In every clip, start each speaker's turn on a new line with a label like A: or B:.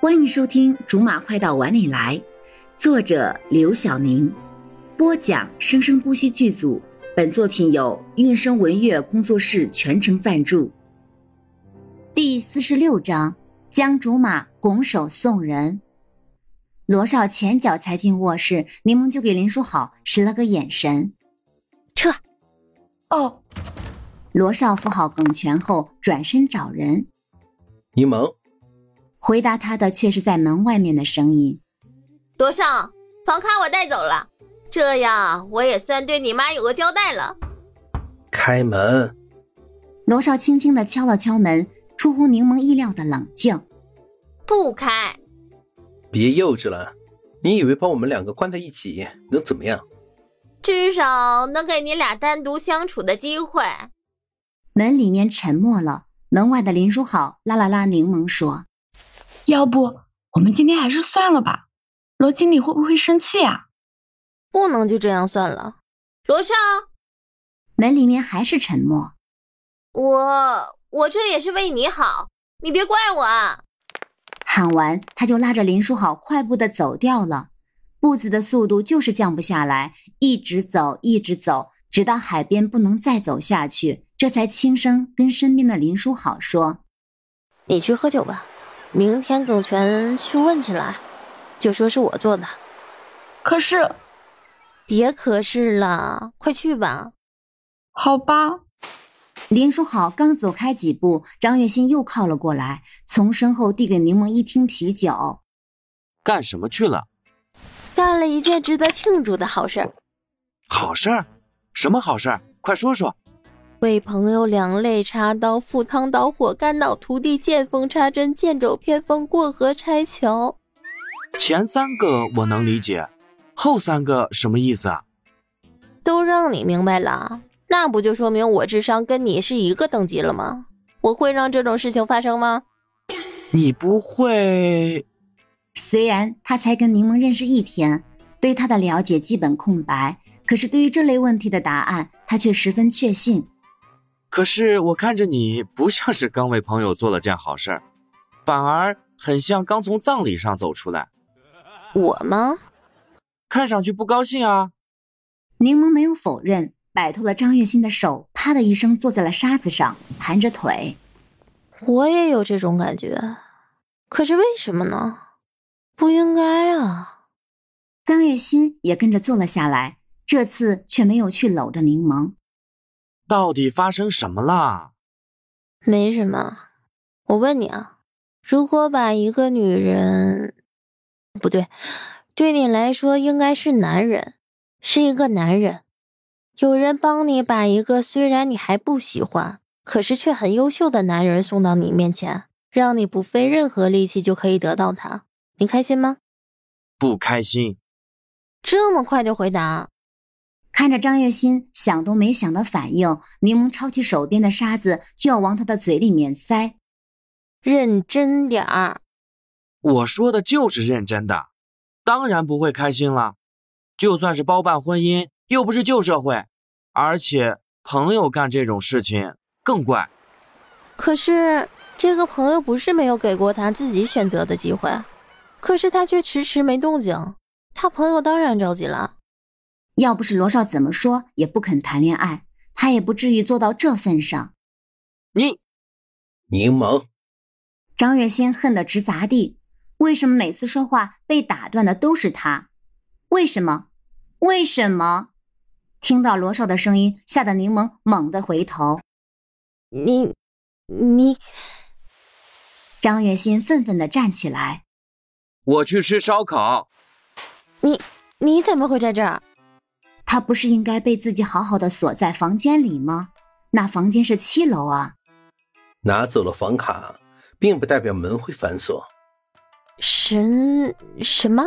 A: 欢迎收听《竹马快到碗里来》，作者刘晓宁，播讲生生不息剧组。本作品由韵声文乐工作室全程赞助。第四十六章：将竹马拱手送人。罗少前脚才进卧室，柠檬就给林书豪使了个眼神：“
B: 撤。”
C: 哦。
A: 罗少扶好耿泉后，转身找人。
D: 柠檬，
A: 回答他的却是在门外面的声音。
B: 罗少，房卡我带走了，这样我也算对你妈有个交代了。
D: 开门。
A: 罗少轻轻的敲了敲门，出乎柠檬意料的冷静。
B: 不开。
D: 别幼稚了，你以为把我们两个关在一起能怎么样？
B: 至少能给你俩单独相处的机会。
A: 门里面沉默了，门外的林书豪拉了拉柠檬说：“
C: 要不我们今天还是算了吧？罗经理会不会生气啊？”
B: 不能就这样算了。罗少，
A: 门里面还是沉默。
B: 我我这也是为你好，你别怪我啊！
A: 喊完，他就拉着林书豪快步的走掉了，步子的速度就是降不下来，一直走，一直走，直到海边不能再走下去。这才轻声跟身边的林书豪说：“
B: 你去喝酒吧，明天耿泉去问起来，就说是我做的。
C: 可是，
B: 别可是了，快去吧。
C: 好吧。”
A: 林书豪刚走开几步，张月心又靠了过来，从身后递给柠檬一听啤酒：“
E: 干什么去了？
B: 干了一件值得庆祝的好事儿。
E: 好事儿？什么好事儿？快说说。”
B: 为朋友两肋插刀，赴汤蹈火，肝脑涂地，见缝插针，剑走偏锋，过河拆桥。
E: 前三个我能理解，后三个什么意思啊？
B: 都让你明白了，啊那不就说明我智商跟你是一个等级了吗？我会让这种事情发生吗？
E: 你不会。
A: 虽然他才跟柠檬认识一天，对他的了解基本空白，可是对于这类问题的答案，他却十分确信。
E: 可是我看着你不像是刚为朋友做了件好事儿，反而很像刚从葬礼上走出来。
B: 我吗？
E: 看上去不高兴啊。
A: 柠檬没有否认，摆脱了张月心的手，啪的一声坐在了沙子上，盘着腿。
B: 我也有这种感觉，可是为什么呢？不应该啊。
A: 张月心也跟着坐了下来，这次却没有去搂着柠檬。
E: 到底发生什么啦？
B: 没什么。我问你啊，如果把一个女人，不对，对你来说应该是男人，是一个男人，有人帮你把一个虽然你还不喜欢，可是却很优秀的男人送到你面前，让你不费任何力气就可以得到他，你开心吗？
E: 不开心。
B: 这么快就回答？
A: 看着张月心想都没想的反应，柠檬抄起手边的沙子就要往他的嘴里面塞。
B: 认真点儿，
E: 我说的就是认真的，当然不会开心了。就算是包办婚姻，又不是旧社会，而且朋友干这种事情更怪。
B: 可是这个朋友不是没有给过他自己选择的机会，可是他却迟迟没动静，他朋友当然着急了。
A: 要不是罗少怎么说也不肯谈恋爱，他也不至于做到这份上。
E: 你，
D: 柠檬，
A: 张月心恨得直砸地。为什么每次说话被打断的都是他？为什么？为什么？听到罗少的声音，吓得柠檬猛地回头。
B: 你，你！
A: 张月心愤愤地站起来。
E: 我去吃烧烤。
B: 你，你怎么会在这儿？
A: 他不是应该被自己好好的锁在房间里吗？那房间是七楼啊。
D: 拿走了房卡，并不代表门会反锁。
B: 什什么？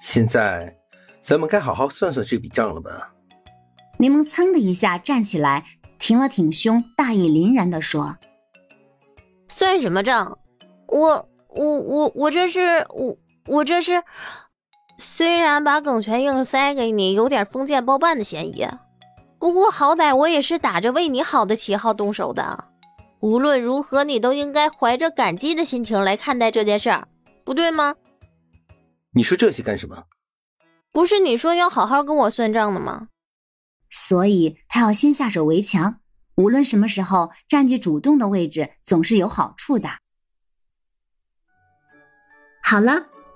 D: 现在咱们该好好算算这笔账了吧？
A: 柠檬噌的一下站起来，挺了挺胸，大义凛然地说：“
B: 算什么账？我我我我这是我我这是。”虽然把耿泉硬塞给你，有点封建包办的嫌疑，不过好歹我也是打着为你好的旗号动手的。无论如何，你都应该怀着感激的心情来看待这件事儿，不对吗？
D: 你说这些干什么？
B: 不是你说要好好跟我算账的吗？
A: 所以他要先下手为强，无论什么时候占据主动的位置，总是有好处的。好了，